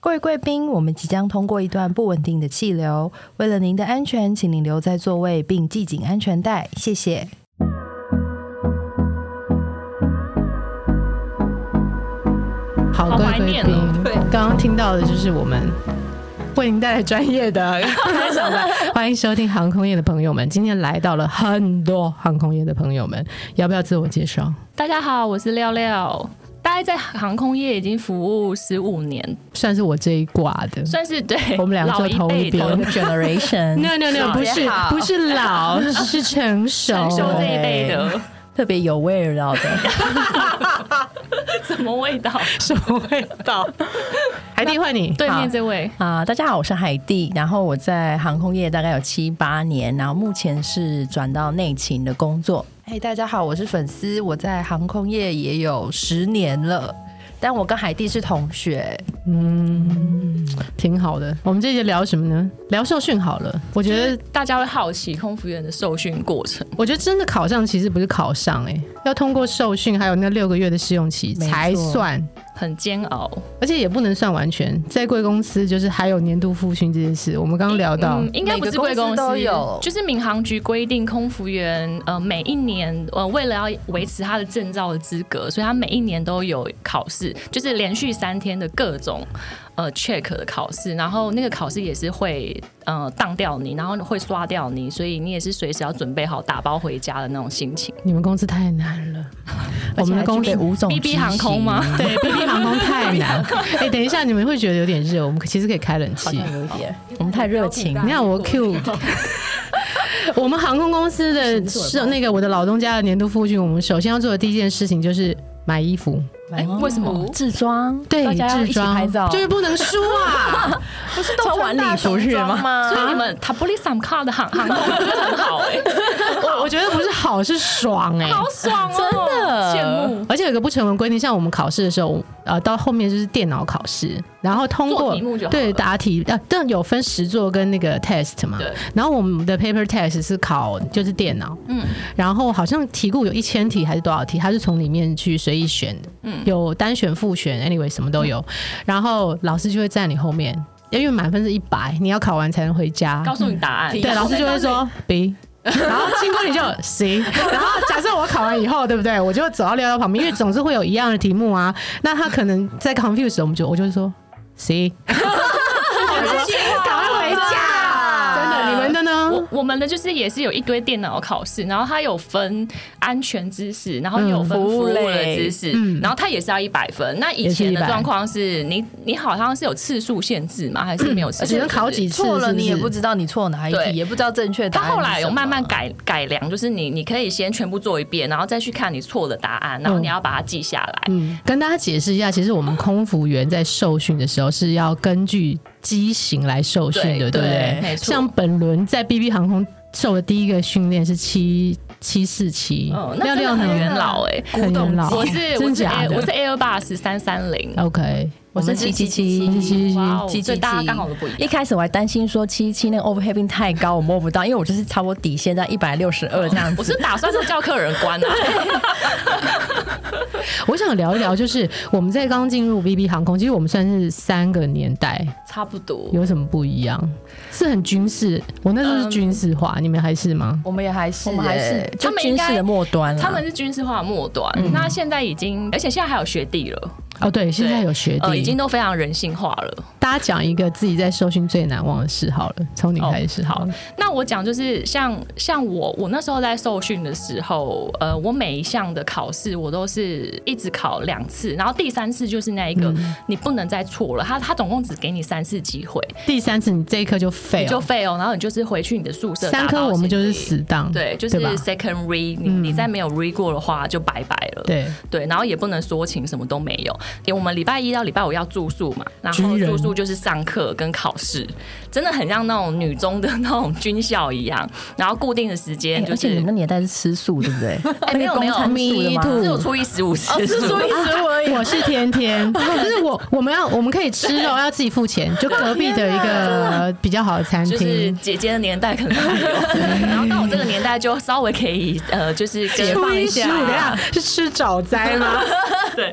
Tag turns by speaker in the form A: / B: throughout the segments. A: 各位贵宾，我们即将通过一段不稳定的气流，为了您的安全，请您留在座位并系紧安全带，谢谢。好，
B: 好
A: 各位
B: 怀
A: 贵
B: 念
A: 宾
B: 哦对，
A: 刚刚听到的就是我们为您带来专业 的小白，欢迎收听航空业的朋友们。今天来到了很多航空业的朋友们，要不要自我介绍？
B: 大家好，我是廖廖。大概在航空业已经服务十五年，
A: 算是我这一挂的。
B: 算是对
A: 我们两个
B: 老
A: 坐
B: 一
A: 同一
B: 辈
A: 边
B: 的
C: generation，
A: No no no，
B: 老
A: 不是
C: 也好
A: 不是老，是成熟。
B: 成熟这一辈的，
C: 特别有味道的。
B: 什么味道？
A: 什么味道？海蒂换你，
B: 对面这位
C: 啊、大家好，我是海蒂，然后我在航空业大概有七八年，然后目前是转到内勤的工作。
A: 嘿大家好，我是粉丝，我在航空业也有十年了，但我跟海蒂是同学。
D: 挺好的。我们这节聊什么呢？聊受训好了。我觉
B: 就是
D: 得，
B: 大家会好奇空服员的受训过程，
D: 我觉得真的考上其实不是考上、欸，要通过受训，还有那六个月的试用期
C: 没错
D: 才算，
B: 很煎熬。
D: 而且也不能算完全。在贵公司就是还有年度复训这件事，我们刚刚聊到。
B: 嗯，应该不是贵
A: 每个公司都有
B: 就是民航局规定空服员，呃，每一年呃，为了要维持他的证照的资格，所以他每一年都有考试，就是连续三天的各种呃 check 的考试，然后那个考试也是会呃当掉你，然后会刷掉你，所以你也是随时要准备好打包回家的那种心情。
A: 哦
D: 你们公司太难了，我们的公司
C: 而且还具备五种
B: BB 航空吗？
D: 对 BB 航空太 难。哎、等一下，你们会觉得有点热，我们其实可以开冷
C: 知
D: 气
C: 识？。哎好像有一点，我们太热 情。
D: 你看我 Q，我们航空公司 的是那个我的老东家的年度复训，我们首先要做的第一件事情就是买衣服，
B: 哎、为什么？
C: 哦制装，
D: 对
C: 大家要一
D: 制
C: 起拍
D: 装
C: 照，
D: 就是不能输啊！
C: 不是都晚礼服是吗？
B: 所以你
A: 啊
B: 们 t a b l i s a m k a 的航航空真的很好 哎、
D: 我我觉得不是好是爽哎、
B: 好爽 哦、真
A: 呃
B: 的羡慕。
D: 而且有一个不成文规定，像我们考试的时候，呃，到后面就是电脑考试，然后通
B: 做
D: 过
B: 题目就好了
D: 对答题，呃，但有分实作跟那个 test 嘛。
B: 对。
D: 然后我们的 paper test 是考就是电脑，嗯，然后好像题库有一千题还是多少题，它是从里面去随意选的，嗯，有单选、复选，anyway 什么都
B: 嗯
D: 有。然后老师就会在你后面，因为满分是一百，你要考完才能回家。
B: 告诉你答案。
D: 对，老师就会说 B。然后经过你就 C，然后假设我考完以后，对不对？我就走到廖廖旁边，因为总是会有一样的题目啊。那他可能在 confuse，我们就我就会说 C，赶快回家。真的，你们的呢？
B: 我我们的就是也是有一堆电脑考试，然后它有分安全知识，然后也有分服务的知识，
D: 嗯
B: 然后它也是要一百分。那以前
D: 也是100
B: 的状况是你你好像是有次数限制吗？还是没有次数？
D: 只能考几？次，
A: 错了
D: 嗯是是
A: 你也不知道你错哪一
B: 对
A: 题，也不知道正确答
B: 他
A: 案。
B: 后来有慢慢。改改良，就是你你可以先全部做一遍，然后再去看你错的答案，然后你要把它记下来。
D: 嗯，跟大家解释一下，其实我们空服员在受训的时候是要根据机型来受训的，对
B: 对
D: 不
B: 对没
D: 对？
B: 错
D: 像本轮在 BB 航空受的第一个训练是七七四七
B: 哦，，那真的很元老哎、
D: 很元老，
B: 我是
D: 真
B: 我是
D: 假
B: Air-
D: 的
B: 我是 Airbus 三三零，
D: OK，我是七七七七七七，
B: 哇哦，
C: 七七
B: 所以大家
C: 七
B: 刚好都不一样
C: 一。开始我还担心说七七那个 overheading 太高，我摸不到，因为我就是差不多底线在一百六十
A: 哦
C: 二这样
B: 我
C: 子。
B: 是打算是叫客人关啊，
D: 我想聊一聊，就是我们在刚进入 BB 航空，其实我们算是三个年代，
B: 差不多。
D: 有什么不一样？是很军事，我那时
B: 嗯
D: 候是军事化，你们还是吗？
A: 我们也还是、
C: 我们还是
A: 欸
C: 就军事的末端
D: 啊
C: 了，
B: 他们是军事化的末端，
D: 嗯
B: 那现在已经，而且现在还有学弟了，
D: 哦，对，现在有学
B: 呃，
D: 弟，
B: 已经都非常人性化了。
D: 大家讲一个自己在受训最难忘的事好了，从你开始、
B: 哦好，那我讲就是像像我，我那时候在受训的时候，呃，我每一项的考试我都是一直考两次，然后第三次就是那一个、
D: 嗯
B: 你不能再错了，他他总共只给你三次机会，
D: 第三次你这一科就废
B: 你就
D: 了，
B: 废哦，然后你就是回去你的宿舍。
D: 啊三科我们就是。死当，
B: 对，就是
D: 吧嗯
B: second re，你你再没有 re 过的话就拜拜了。
D: 对，
B: 对，然后也不能说情，什么都没有。因为我们礼拜一到礼拜五要住宿嘛，然后
D: 军人
B: 住宿就是上课跟考试，真的很像那种女中的 那种军校一样。然后固定的时间
C: 欸
B: 就
C: 而且你
B: 是
C: 们那，年代是吃素，对不对？
B: 哎、
C: 那
B: 没
C: 个
B: 有
C: 公
B: 没有，
C: 餐素的吗？哦
B: 只有初一十五 吃素。
D: 我是天天， 就是我我们要我们可以吃肉，要自己付钱，就隔壁的一个比较好的餐
B: 啊就是
D: 厅。
B: 姐姐的年代可能还 有，然后到我这个年代就稍微可以呃，就是解放一下。
D: 等下是吃早斋吗？
B: 对，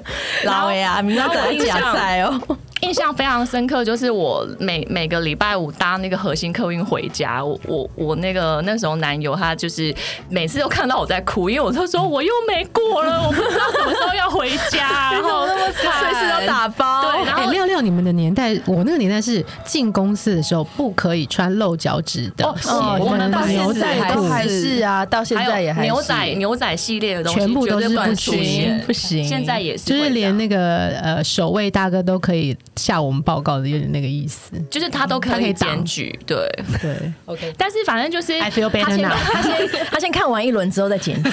B: 然
C: 老
B: 后
C: 哎呀，明天
A: 啊
B: 然后
C: 再
B: 我
C: 来
B: 印象
C: 夹菜哦。
B: 印象非常深刻，就是我每每个礼拜五搭那个核心客运回家，我我我那个那时候男友他就是每次都看到我在哭，因为我就说我又没过 了，我不知道什么时候要回家，然后那么
C: 随时要打包。
B: 对，然
D: 哎、
B: 后
D: 亮亮，你们的年代，我那个年代是进公司的时候不可以穿露脚趾的
B: 哦
D: 鞋，
B: 哦
D: 不
B: 我
D: 能
B: 们到
D: 买
B: 现
D: 牛
C: 现
D: 仔
C: 在都
D: 裤
C: 还是啊，到现在
B: 还
C: 也
B: 有
C: 还是
B: 牛仔牛仔系列的东西，
D: 全部都是
B: 绝对不能
D: 不
B: 出
D: 行
B: 现
C: 不行
B: 现在也是
D: 就是
B: 会这
D: 连
B: 样
D: 那个呃守卫大哥都可以下我们报告的，有点那个意思。
B: 就是他都
D: 他
B: 可
D: 可以
B: 以
D: 挡
B: 检举，对。
D: 对
B: OK，但是反正就是
D: ，I feel
C: 他
D: better
C: 先
D: now。
C: 他先他先看完一轮之后再剪辑，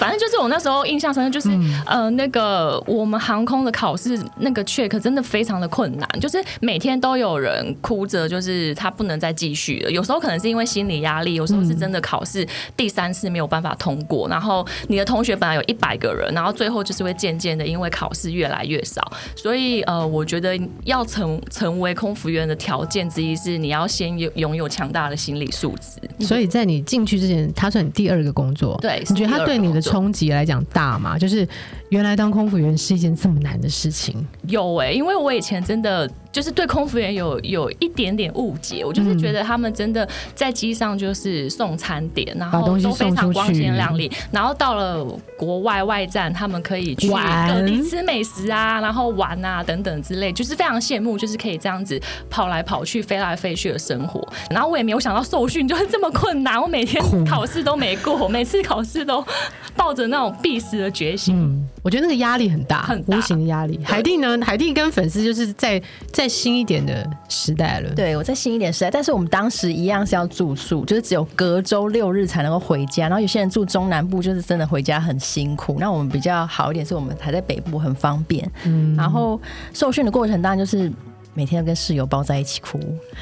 B: 反正就是我那时候印象深刻，就是、
D: 嗯
B: 呃，那个我们航空的考试那个 check 真的非常的困难，就是每天都有人哭着，就是他不能再继续了。有时候可能是因为心理压力，有时候是真的考试第三次没有办法通过，然后你的同学本来有一百个人，然后最后就是会渐渐的因为考试越来越少，所以呃，我觉得要成成为空服员的条件之一是你要先有拥有强大的心理素质。
D: 所以在你进去之前，他算你第二个工作。
B: 对
D: 你觉得
B: 是第
D: 他
B: 二个
D: 对你的
B: 工作
D: 冲击来讲大吗？就是原来当空服员是一件这么难的事情。
B: 有哎、因为我以前真的就是对空服员有有一点点误解，我就是觉得他们真的在机上就是送餐点，然
D: 把东
B: 后
D: 西
B: 都非
D: 送出
B: 常
D: 去
B: 光鲜亮丽，然后到了国外外站，他们可以去
D: 玩
B: 各地吃美食啊，然后玩啊等等之类，就是非常羡慕，就是可以这样子跑来跑去、飞来飞去的生活。然后我也没有想到受训就是这么困难，我每天考试都没过，每次考试都抱着那种必死的决心。
D: 嗯，我觉得那个压力很大，
B: 很大
D: 无形的压力。海蒂呢？海蒂跟粉丝就是在在新一点的时代了。
C: 对我再新一点时代，但是我们当时一样是要住宿，就是只有隔周六日才能够回家。然后有些人住中南部，就是真的回家很辛苦。那我们比较好一点，是我们还在北部很方便。然后受训的过程当然就是。每天都跟室友抱在一起哭，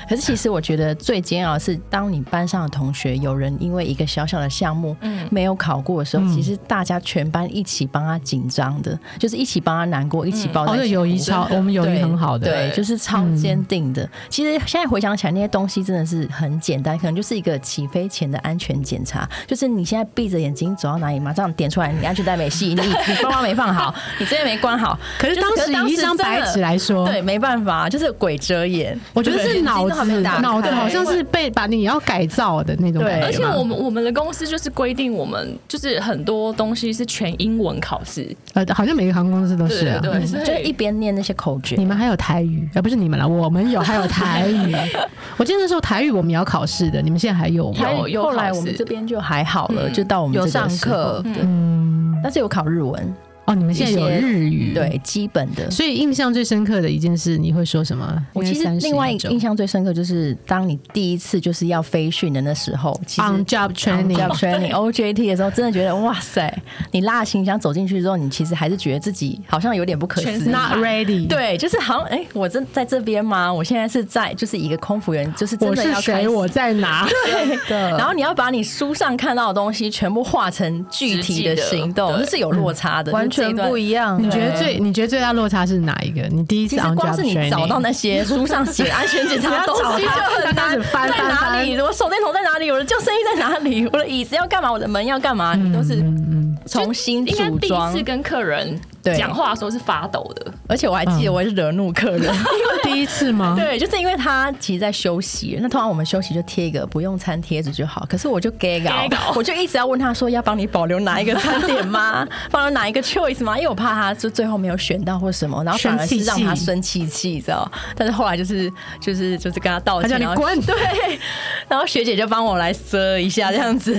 C: 可是其实我觉得最煎熬的是，当你班上的同学有人因为一个小小的项目没有考过的时候，其实大家全班一起帮他紧张的，就是一起帮他难过，一起抱在
D: 哦，
C: 一起哭。
D: 对，友谊超，我们友谊
C: 对
D: 很好的。嗯
C: 对，就是超坚定的。其实现在回想起来，那些东西真的是很简单，可能就是一个起飞前的安全检查，就是你现在闭着眼睛走到哪里，马上点出来你安全带没系， 你你包包没放好，你这边没关好。
D: 可是
C: 就是
D: 当
C: 可
D: 时
C: 是当
D: 以一
C: 时
D: 张
C: 真
D: 白
C: 的
D: 纸来说，
C: 对，没办法，就是鬼遮眼。
D: 我觉得
C: 对
D: 是脑
C: 眼睛都还
D: 子
C: 没打开
D: 脑子好像
B: 对
D: 是被把你要改造的那种
C: 对
D: 感觉吧。
B: 而且我们我们的公司就是规定，我们就是很多东西是全英文考试，
C: 嗯
D: 呃，好像每个航空公司都是
B: 对
D: 啊。
B: 对，所
C: 就
B: 以
C: 是一边念那些口诀
D: 你，们还有台语，呃，不是你们了，我们有还有台 语。我记得那时候台语我们也要考试的，你们现在还有吗？
B: 有有
C: 后来
B: 考
C: 我们
B: 试
C: 这边就还好了，
B: 嗯
C: 就到我们
D: 有
C: 这个
D: 上
C: 时候
D: 课
C: 对
D: 嗯，
C: 但是有考日文，
D: 哦，你们现在有日语，
C: 对，。基本的。
D: 所以印象最深刻的一件事，你会说什么？
C: 我其
D: 因为
C: 实
D: 30
C: 另外
D: 一周
C: 印象最深刻就是，当你第一次就是要飞训的那时候，其实
D: on job
C: job
D: training，
C: training OJT 的时候，真的觉得哇塞，你拉行李箱走进去之后，你其实还是觉得自己好像有点不可思
B: 全
C: 议
B: 身。
D: not ready。，
C: 对，就是好像哎、我真在这边吗？我现在是在就是一个空服员，就是真
D: 我
C: 的
D: 是
C: 要开
D: 谁？
C: 始
D: 我在 哪？
C: 然 后你要把你书上看到的东西全部化成具体的
B: 实际的
C: 行动，
B: 对
C: 这是有落差的，
D: 嗯
E: 完全不
C: 样。
E: 一样。
D: 你觉得最你觉得最大落差是哪一个？你第一次
C: 其实
D: on
C: 光
D: job
C: 是你
D: training，
C: 找到那些书上写的安全检查的东西就很
D: 他开
C: 难
D: 始。翻
C: 在
D: 翻
C: 哪
D: 翻
C: 里？我手电筒在哪里？我的救生衣在哪里？我的椅子要干嘛？我的门要干嘛？你都是重新
B: 应该
C: 组
B: 第
C: 装
B: 一次。跟客人
C: 对
B: 讲话的时候是发抖的，
C: 而且我还记得，
D: 嗯
C: 我还是惹怒客人。
D: 第一次吗？
C: 对，就是因为他其实在休息，那通常我们休息就贴一个不用餐贴纸就好。可是我就 gay 搞
B: gay 搞，
C: 我就一直要问他说要帮你保留哪一个餐点吗？ 保留哪一个 choice 吗？因为我怕他就最后没有选到或什么，然后反而
D: 生气
C: 是让他
D: 气
C: 生气气，你知道？但是后来就是就是就是跟他道
D: 他叫
C: 歉，
D: 你
C: 然后
D: 滚。
C: 对，然后学姐就帮我来遮一下这样 子。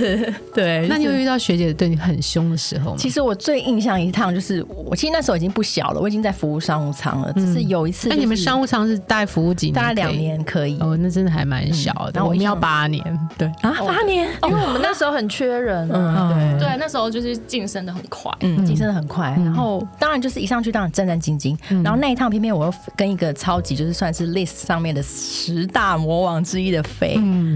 C: 对，
D: 那你有
C: 就是
D: 遇到学姐对你很凶的时候吗？
C: 其实我最印象一趟就是，我其实那时候已经不小了，我已经在服务商务舱了，只是有一次、
D: 那你们商务舱是大概服务几年？
C: 大概两。年可以。
D: 哦，那真的还蛮小
C: 嗯
D: 的。
C: 然后
D: 我
C: 我
D: 们
C: 印
D: 要
C: 象
D: 八年，对，
C: 啊，八年，
E: 因为我们那时候很缺人、啊，
D: 嗯
C: 嗯，对，
B: 对，那时候就是晋升的很快，
C: 嗯，嗯晋升的很快。然后当然就是一上去当然战战兢兢，然后那一趟偏偏我又跟一个超级就是算是 list 上面的十大魔王之一的飞，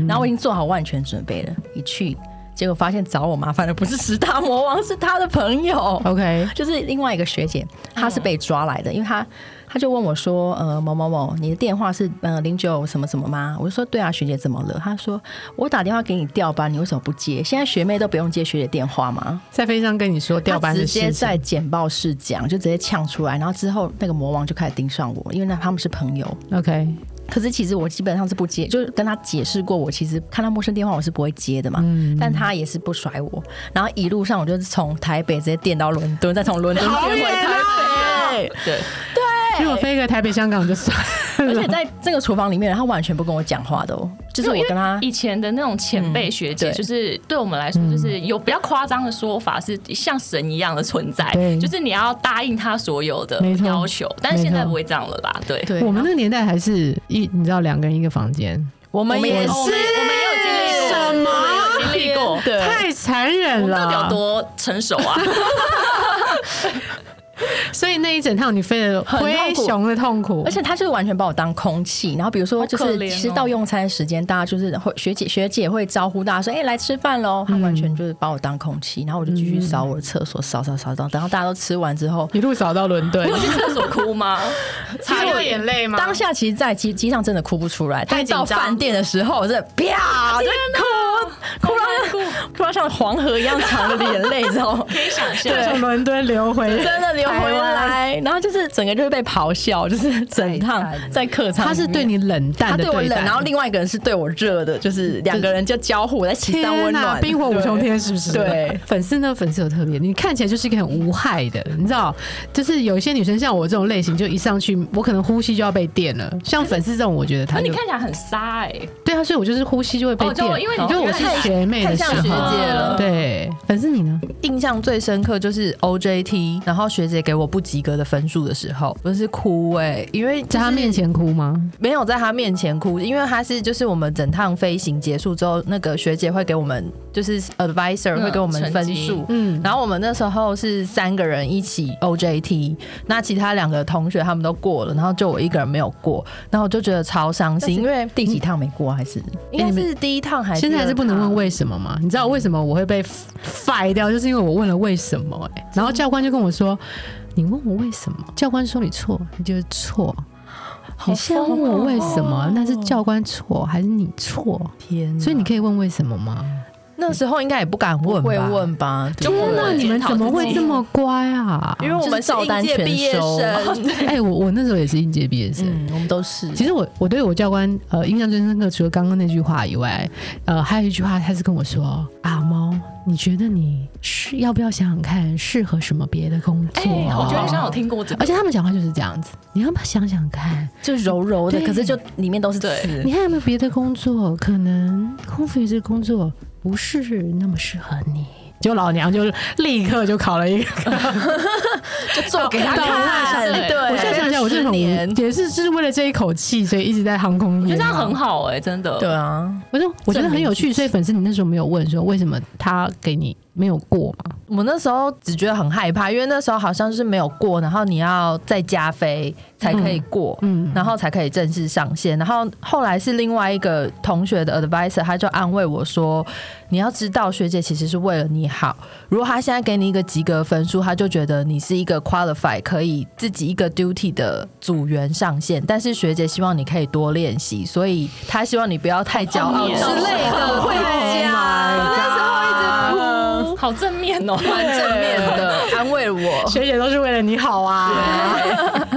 C: 然后我已经做好万全准备了，一去结果发现找我麻烦的不是十大魔王，是他的朋友。
D: ，OK，
C: 就是另外一个学姐，她是被抓来的，因为她。他就问我说，呃，某某某，你的电话是呃零九什么什么吗？我就说对啊，学姐怎么了？他说我打电话给你调班，你为什么不接？现在学妹都不用接学姐电话吗？
D: 在飞机上跟你说调班
C: 他
D: 的
C: 直接
D: 事情
C: 在简报室讲，就直接呛出来，然后之后那个魔王就开始盯上我，因为那他们是朋友。
D: ，OK，
C: 可是其实我基本上是不接，就是跟他解释过，我其实看到陌生电话我是不会接的嘛。
B: 嗯
C: 但他也是不甩我，然后一路上我就是从台北直接电到伦敦，再从伦敦电回台
B: 啊
C: 北。
B: 对，
D: 如果飞个台北、香港就算
C: 而
D: 了
C: 且。在这个厨房里面，他完全不跟我讲话的哦，就是我跟他嗯
B: 以前的那种前辈学姐，
C: 对嗯
B: 就是对我们来说，就是有比较夸张的说法，是像神一样的存在
D: 对，
B: 就是你要答应他所有的
D: 没错
B: 要求，但是现在
D: 没错
B: 不会这样了啦，对。
C: 对
D: 我们那个年代还是一，你知道两个人一个房间，
C: 我们也
B: 我们我们也有经历过，
D: 什么
B: 我们也有经历过，
D: 太残忍
B: 我们到底有
D: 了。
B: 多成熟啊？
D: 所以那一整趟你飞了
C: 很痛
D: 灰
C: 苦
D: 熊的痛苦，
C: 而且他就是完全把我当空气，然后比如说就
B: 好可
C: 是
B: 怜哦
C: 其实到用餐时间，大家就是会学姐学姐会招呼大家说：“哎、来吃饭喽！”他完
B: 嗯
C: 全就是把我当空气，然后我就继续扫我的厕所，扫扫扫扫，等到大家都吃完之后，
D: 一路扫到伦敦，
B: 去厕所哭吗？
D: 擦掉眼泪吗？
C: 当下其实，在机机上真的哭不出来，但
B: 太
C: 是
B: 紧
C: 到
B: 张啊
C: 饭店的时候，我真的啪就哭，哭到哭到像黄河一样淌着眼泪，你知道吗？
B: 可以想象，哎
D: 从伦敦流回
C: 真的流回来，然后就是整个就是被咆哮，就是整趟在客舱里面，
D: 他是对你冷
C: 他
D: 淡的
C: 对我冷，
D: 待
C: 然后另外一个人是对我热的，就是两个人就交互在协
D: 天
C: 商温
D: 呐
C: 暖，
D: 冰火五重天是不是？
C: 对，
D: 粉丝呢？粉丝有特别，你看起来就是一个很无害的，你知道，就是有一些女生像我这种类型，就一上去我可能呼吸就要被电了。像粉丝这种，我觉得
B: 那
D: 她
B: 你
D: 就
B: 看起来很沙哎、
D: 对啊，所以我就是呼吸就会被
B: 哦就
D: 电，
B: 因为你
D: 因为我是
B: 太
D: 学妹的
F: 太
D: 时候，
F: 像学姐了
D: 对，粉丝你呢？
F: 印象最深刻就是 OJT，然后学姐给我不及格的分数的时候，我是哭哎、因为、
D: 在她面前哭吗？
F: 没有在他面前哭，因为他是就是我们整趟飞行结束之后，那个学姐会给我们就是 advisor
B: 嗯
F: 会给我们
B: 成
F: 分
B: 绩
F: 数，
D: 嗯，
F: 然后我们那时候是三个人一起 OJT，那其他两个同学他们都过了，然后就我一个人没有过，然后我就觉得超伤心，因为
C: 第几趟没过还是
F: 应该是第一趟还是
D: 现在还是不能问
F: 问。
D: 为什么嘛？你知道为什么我会被 fire 掉，就是因为我问了为什么、哎，然后教官就跟我说：“你问我为什么？”教官说你错，你就是错。你现在问我为什么？那是教官错还是你错？
F: 天
D: 所以你
F: 以
D: 可以问为什么吗？
F: 那时候应该也不敢问吧，啊
C: 会问吧？
B: 就
C: 对
B: 我
D: 那
B: 们
D: 你们怎么会这么乖啊？
F: 因为我们是应届毕业 生，
D: 哎、我我那时候也是应届毕业生，
C: 嗯，我们都是。
D: 其实我我对我教官呃印象最深刻，除了刚刚那句话以外，呃，还有一句话，他是跟我说：“啊，猫，你觉得你是要不要想想看适合什么啊哦别的工作？”
B: 哎、我觉得好像有听过这个，
D: 而且他们讲话就是这样子，你要不要想想看？
C: 就柔柔的，
D: 对
C: 可是就里面都是
B: 对
C: 刺。
D: 你还有没有别的工作？可能空服员这个工作不是那么适合你。结果老娘就立刻就考了一个
F: 就做给他看。对，
D: 我现在想想，我就是很
F: 年
D: 无，也是就是为了这一口气，所以一直在航空
B: 我
D: 业。
B: 觉得这样很好哎、真的。
F: 对啊，
D: 我说我觉得很有趣，所以粉丝你那时候没有问说为什么他给你没有过嘛？
F: 我那时候只觉得很害怕，因为那时候好像是没有过，然后你要再加飞才可以过。
D: 嗯，
F: 然后才可以正式上线。然后后来是另外一个同学的 advisor，他就安慰我说：“你要知道，学姐其实是为了你好。如果他现在给你一个及格分数，他就觉得你是一个 qualify 可以自己一个 duty 的组员上线。但是学姐希望你可以多练习，所以他希望你不要太骄傲
B: 哦
F: 之
B: 你
F: 类的。会讲，那时候一直哭，
B: 好正面 哦、
F: 蛮正面的安慰我。
D: 学姐都是为了你好啊。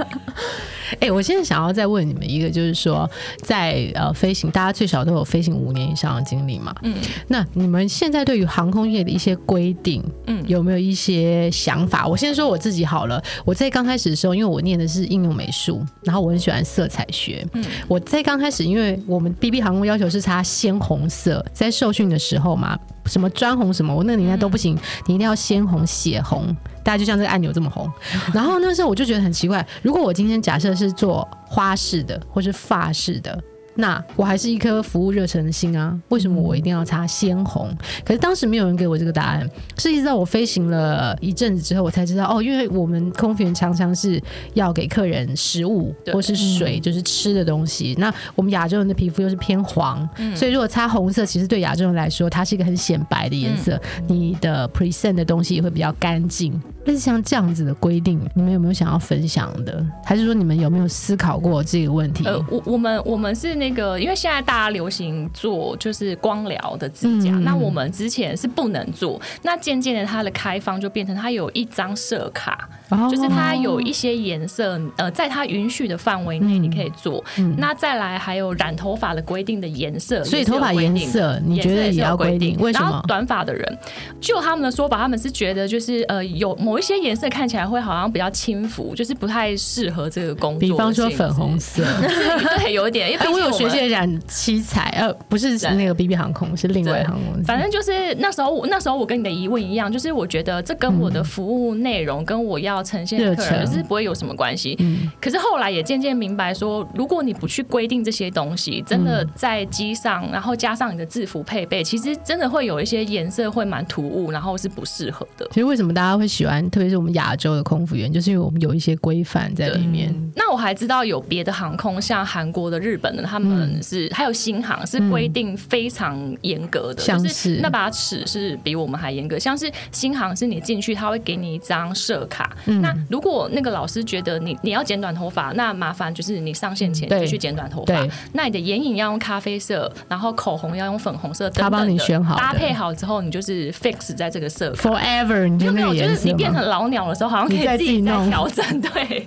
D: 哎、我现在想要再问你们一个，就是说，在呃飞行，大家最少都有飞行五年以上的经历嘛。嗯，那你们现在对于航空业的一些规定，嗯
B: 嗯，
D: 有没有一些想法？我先说我自己好了。我在刚开始的时候，因为我念的是应用美术，然后我很喜欢色彩学。嗯，我在刚开始，因为我们 BB 航空要求是擦鲜红色，在受训的时候嘛，什么砖红什么，我那个年代都不行，你一定要鲜红、血红，大家就像这个按钮这么红。然后那时候我就觉得很奇怪，如果我今天假设是做花式的或是发式的。那我还是一颗服务热忱的心啊，为什么我一定要擦鲜红？可是当时没有人给我这个答案，是一直到我飞行了一阵子之后，我才知道哦，因为我们空服员常常是要给客人食物
B: 对
D: 或是水，就是吃的东西。那我们亚洲人的皮肤又是偏黄，
B: 嗯
D: 所以如果擦红色，其实对亚
B: 嗯
D: 洲人来说，它是一个很显白的颜色，你的 present 的东西也会比较干净。类似像这样子的规定，你们有没有想要分享的？还是说你们有没有思考过这个问题？
B: 呃，我我们我们是那个，因为现在大家流行做就是光疗的指甲，
D: 嗯
B: 那我们之前是不能做，那渐渐的它的开放就变成它有一张色卡，
D: 哦
B: 就是它有一些颜色，呃，在它允许的范围内
D: 嗯
B: 你可以做。
D: 嗯
B: 那再来还有染头发的规定的颜色，
D: 所以
B: 也是有
D: 头发
B: 规定
D: 颜
B: 的
D: 色，你觉得也
B: 是
D: 要
B: 有
D: 规定？为什
B: 然后
D: 么？
B: 短发的人，就他们的说法，他们是觉得就是呃，有某一些颜色看起来会好像比较轻浮，就是不太适合这个工作。
D: 比方说粉红，色，
B: 对，有一点。因为
D: 哎，我有学
B: 毕竟
D: 姐
B: 们
D: 染七彩，呃，不是
B: 对
D: 那个 BB 航空，是另外
B: 对
D: 航空。
B: 反正就是那时候我，那时候我跟你的疑问一样，就是我觉得这跟我的服务内容、跟我要呈现的客
D: 热
B: 人
D: 忱
B: 就是不会有什么关系。
D: 嗯
B: 可是后来也渐渐明白说，如果你不去规定这些东西，真的
D: 嗯
B: 在机上，然后加上你的制服配备，其实真的会有一些颜色会蛮突兀，然后是不适合的。
D: 其实为什么大家会喜欢，特别是我们亚洲的空服员，就是因为我们有一些规范在里面。
B: 那我还知道有别的航空，像韩国的、日本的，他
D: 嗯
B: 们是、还有新航是规定非常严格的，
D: 像
B: 就是那把尺是比我们还严格。像是新航是你进去，他会给你一张社卡。
D: 嗯
B: 那如果那个老师觉得你你要剪短头发，那麻烦就是你上线前
D: 对
B: 就去剪短头发
D: 对。
B: 那你的眼影要用咖啡色，然后口红要用粉红色等等
D: 他
B: 的，
D: 帮你选好的
B: 搭配好之后，你就是 fix 在这个色卡。
D: Forever，你
B: 你
D: 就
B: 有没
D: 那
B: 有
D: 个
B: 就
D: 颜
B: 是
D: 色
B: 你变
D: 吗？
B: 成老鸟的时候，好像可
D: 你再
B: 以
D: 自
B: 自
D: 己
B: 己再
D: 弄
B: 调整？对。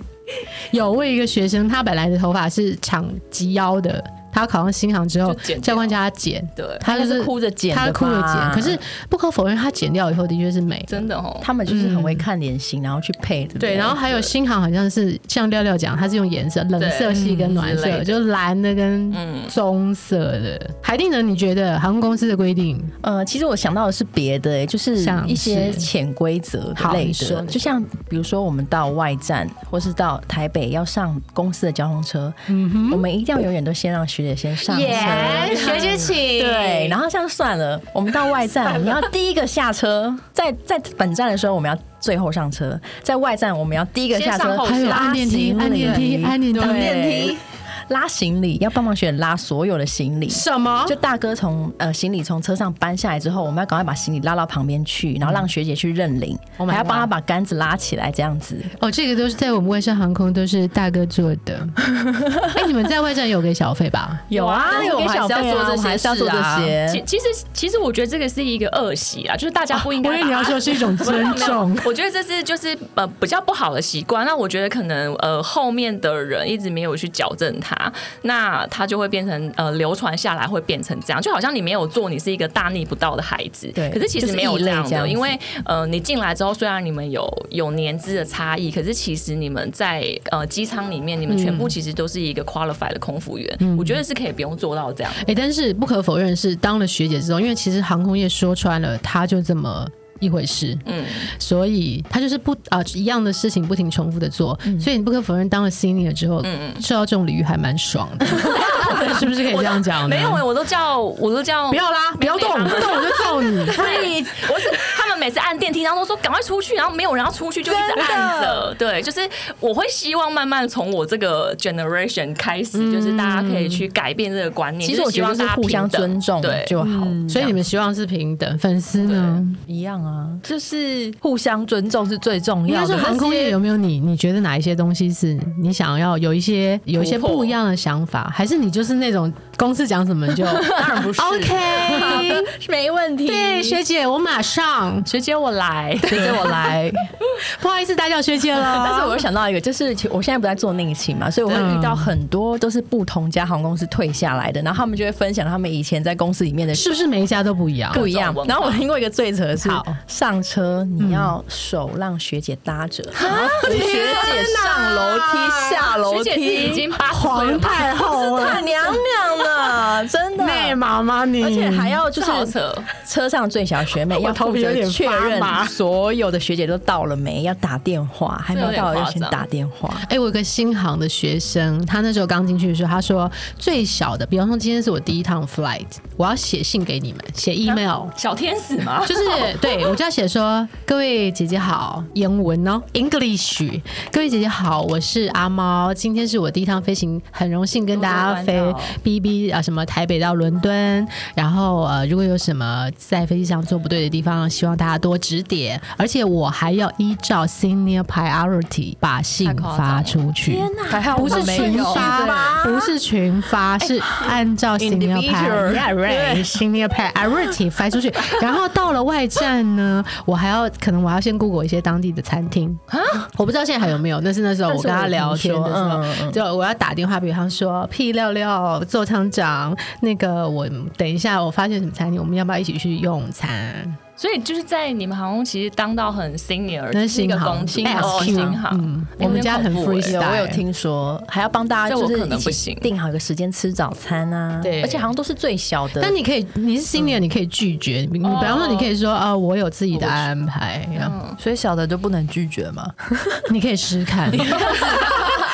D: 有为一个学生，他本来的头发是长及腰的，他考上新航之后
B: 就剪，掉
D: 教官叫他剪，
B: 对，
D: 他就
C: 他是
D: 是
C: 哭着剪
D: 他
C: 的吧，
D: 是哭着剪。可是不可否认，他剪掉以后的确是美。
B: 真的哦，
C: 他们就是很会看脸型，然后去配，对不
D: 对，然后还有新航好像是像廖廖讲，它是用颜色，冷色系跟暖
B: 之类
D: 色，
B: 的
D: 就蓝的跟
B: 嗯，
D: 棕色的。海定人，你觉得航空公司的规定
C: 呃，其实我想到的是别的、欸，就是
D: 像
C: 一些
D: 是
C: 潜规则
D: 好
C: 类
D: 你说
C: 的，就像比如说我们到外站或是到台北要上公司的交通车，
D: 嗯
C: 我们一定要永远都先让学姐先上车。
B: 嗯
D: 学姐请。
C: 对，然后这样算了。我们到外站，我们要第一个下车，在在本站的时候，我们要最后上车；在外站，我们要第一个下车
B: 先上后，车
D: 还有按
C: 拉
D: 电梯，
C: 行
D: 按电梯，
C: 李，
D: 按电梯，
C: 对，拉行李，要帮忙学姐拉所有的行李。
D: 什么
C: 就？大哥从呃行李从车上搬下来之后，我们要赶快把行李拉到旁边去，然后让学姐去认领，
D: Oh my
C: 还要
D: God
C: 帮她把杆子拉起来，这样子。
D: 哦，这个都是在我们外商航空都是大哥做 的。哎，你们在外站有给小费吧？
C: 有啊
F: 但是
C: 有
F: 我
C: 给
F: 还
C: 小
F: 是要
C: 费
F: 做
C: 啊，
F: 这
C: 我们还
F: 些
C: 是要做
F: 事
C: 这
F: 啊
C: 些
B: 其。其实其实我觉得这个是一个恶习啊，就是大家不应该
D: 我
B: 把
D: 以
B: 它。
D: 为你要说是一种尊 重
B: 我觉得这是就是呃比较不好的习惯。那我觉得可能呃后面的人一直没有去矫正它，那它就会变成呃流传下来会变成这样，就好像你没有做，你是一个大逆不道的孩子。
C: 对
B: 可是其实没有
C: 就是异类
B: 样
C: 这样
B: 的，
C: 子
B: 因为呃你进来之后，虽然你们有有年资的差异，可是其实你们在呃机舱里面，你们
C: 嗯
B: 全部其实都是一个 qualified 的空服员。我觉得是可以不用做到这样。
D: 哎、但是不可否认是当了学姐之后，因为其实航空业说穿了，它就这么。一回事，
B: 嗯，
D: 所以它就是不啊、一样的事情不停重复的做，所以你不可否认，当了 senior 之后，
B: 嗯
D: 受到这种礼遇还蛮爽 的，是不是可以这样讲呢？
B: 没有，欸我都叫我都叫
D: 不要啦，不要动，
B: 没有
D: 动我就揍你。
B: 对，我是他们每次按电梯，然后都说赶快出去，然后没有人要出去，就一直按着。对，就是我会希望慢慢从我这个 generation 开始，就是大家可以去改变这个观念。
C: 其实我觉得
B: 就是是希望大家
C: 互相
B: 平等
C: 尊重
B: 对，
C: 就好，
D: 所以你们希望是平等，粉丝呢？
F: 一样啊，就是互相尊重是最重
D: 应
F: 要
D: 该
F: 的。
D: 说航空业有没有你？你觉得哪一些东西是你想要有一些有一些不一样的想法，还是你就是那种公司讲什么你就当然不是 OK？
F: 没问题。
D: 对，学姐，我马上
B: 学姐我来，
F: 学姐我来，
D: 不好意思打搅学姐了。
C: 但是我又想到一个，就是其我现在不在做内勤嘛，所以我会遇到很多都是不同家航空公司退下来的，然后他们就会分享他们以前在公司里面的
D: 是不是每一家都不一样？
C: 不一样
B: 各种文。化
C: 然后我听过一个最扯的是
D: 好，
C: 上车你要手让学姐搭着，然后扶学姐上楼梯、下楼
B: 学姐是已
C: 梯，
B: 经八十岁了吗，
D: 太后啊
C: 太娘娘了，真的。
D: 妈妈你
C: 而且还要就
B: 这好
C: 是
B: 扯。
C: 车上最小学 妹要
D: 头
C: 负
D: 皮有
C: 责
D: 点
C: 确
D: 发
C: 认
D: 麻
C: 所有的学姐都到了没，要打电话，还没有到
B: 这有点
C: 要
B: 夸
C: 先
B: 张
C: 打电话。
D: 哎、我有个新航的学生，他那时候刚进去的时候，他说最小的，比方说今天是我第一趟 flight，我要写信给你们，写 email，、
B: 小天使嘛，
D: 就是对我就要写说，各位姐姐好，英文哦，English，各位姐姐好，我是阿猫，今天是我第一趟飞行，很荣幸跟大家
B: 我
D: 飞
B: 有玩到
D: B B 机啊、呃什么台北到伦敦，然后呃，如果有什么在飞机上做不对的地方，希望大家多指点。而且我还要依照 senior priority 把信
B: 太夸张
D: 发
B: 了
D: 出去。
F: 还好
D: 不
F: 我
D: 是
F: 们没
D: 群
F: 有。
D: 发，不是群发，是按照 senior
C: Individual
D: priority，yeah right，senior priority 发出去。然后到了外站呢，我还要可能我要先 Google 一些当地的餐厅啊，我不知道现在还有没有。那是那时候我跟他聊天的时候，就我要打电话，比方说 P 六六做厂长，那个我嗯等一下我发现什么餐厅，我们要不要一起去用餐？
B: 所以就是在你们航空其实当到很 senior，
D: 那
B: 就是是一
D: 新
B: 个
D: 航
B: 工新
D: ，SQ
B: 哦新航，
D: 嗯
B: 哎有点
D: 我们家很
B: 恐怖哎
D: freestyle
C: 有，我有听说，还要帮大家
B: 这我
C: 就
B: 可能
C: 是
B: 不
C: 一起
B: 行
C: 定好一个时间吃早餐啊。
D: 对
C: 而且好像都是最小的。
D: 但你可以，你是 senior，你可以拒绝。你你
B: 哦
D: 比方说，你可以说啊、我有自己的安排，然后
F: 所以小的就不能拒绝嘛，
D: 你可以试 看。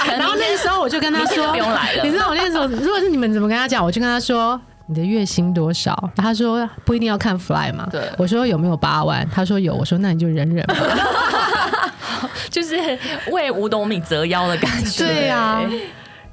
D: 然后那个时候我就跟他
B: 明天
D: 说，
B: 就不用来了
D: 你知道我那时候，如果是你们怎么跟他讲，我就跟他说。你的月薪多少？他说不一定要看 fly 嘛。
B: 对
D: 我说有没有八万？他说有。我说那你就忍忍吧。
B: 就是为五斗米折腰的感觉。
D: 对啊，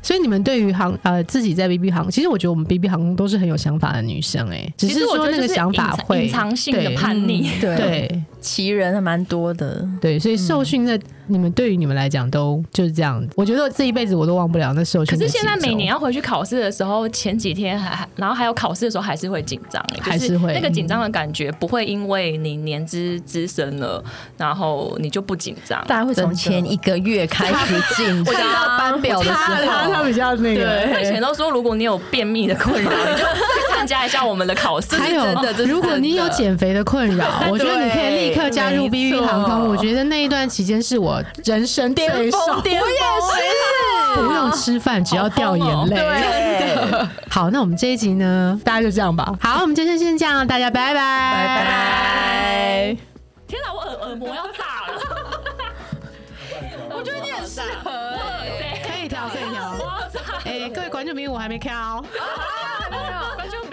D: 所以你们对于航呃自己在 BB 航，其实我觉得我们 BB 航空都是很有想法的女生哎、只
B: 其实
D: 是
B: 我
D: 说
B: 觉得
D: 那个
B: 就是
D: 想法
B: 隐藏
D: 会
B: 隐藏性的
D: 对嗯
B: 叛逆，
C: 对
D: 对
C: 奇人还蛮多的，
D: 对，所以受训在你们对于你们来讲都就是这样子。我觉得这一辈子我都忘不了那受
B: 可
D: 训的
B: 是
D: 几周。
B: 现在每年要回去考试的时候，前几天还，然后还有考试的时候还是会紧张、欸，
D: 还是会嗯
B: 就那个紧张的感觉，不会因为你年资资深了，然后你就不紧张。
C: 大家会从前一个月开始进
F: 看到班表的时
D: 他他他
F: 候，
D: 比较那个。
B: 以前都说，如果你有便秘的困扰，你就去参加一下我们的考 试。
D: 还有
F: 真的这，是
D: 如果你有减肥的困扰，我觉得你可以立刻加入
C: 没
D: B B
C: 错
D: 航空。我觉得那一段期间是我人生最瘦，我也是，不用吃饭，只要掉眼泪。
C: 哦
D: 对，好，那我们这一集呢，大家就这样吧。好，我们今天先这样，大家拜拜，拜拜。
C: 拜。
B: 天哪，我耳耳膜要炸了！我觉得你很适合、欸，
D: 可以调，可以调
B: 我。要炸了！
D: 哎、各位观众朋友，我还没开哦。
B: 观众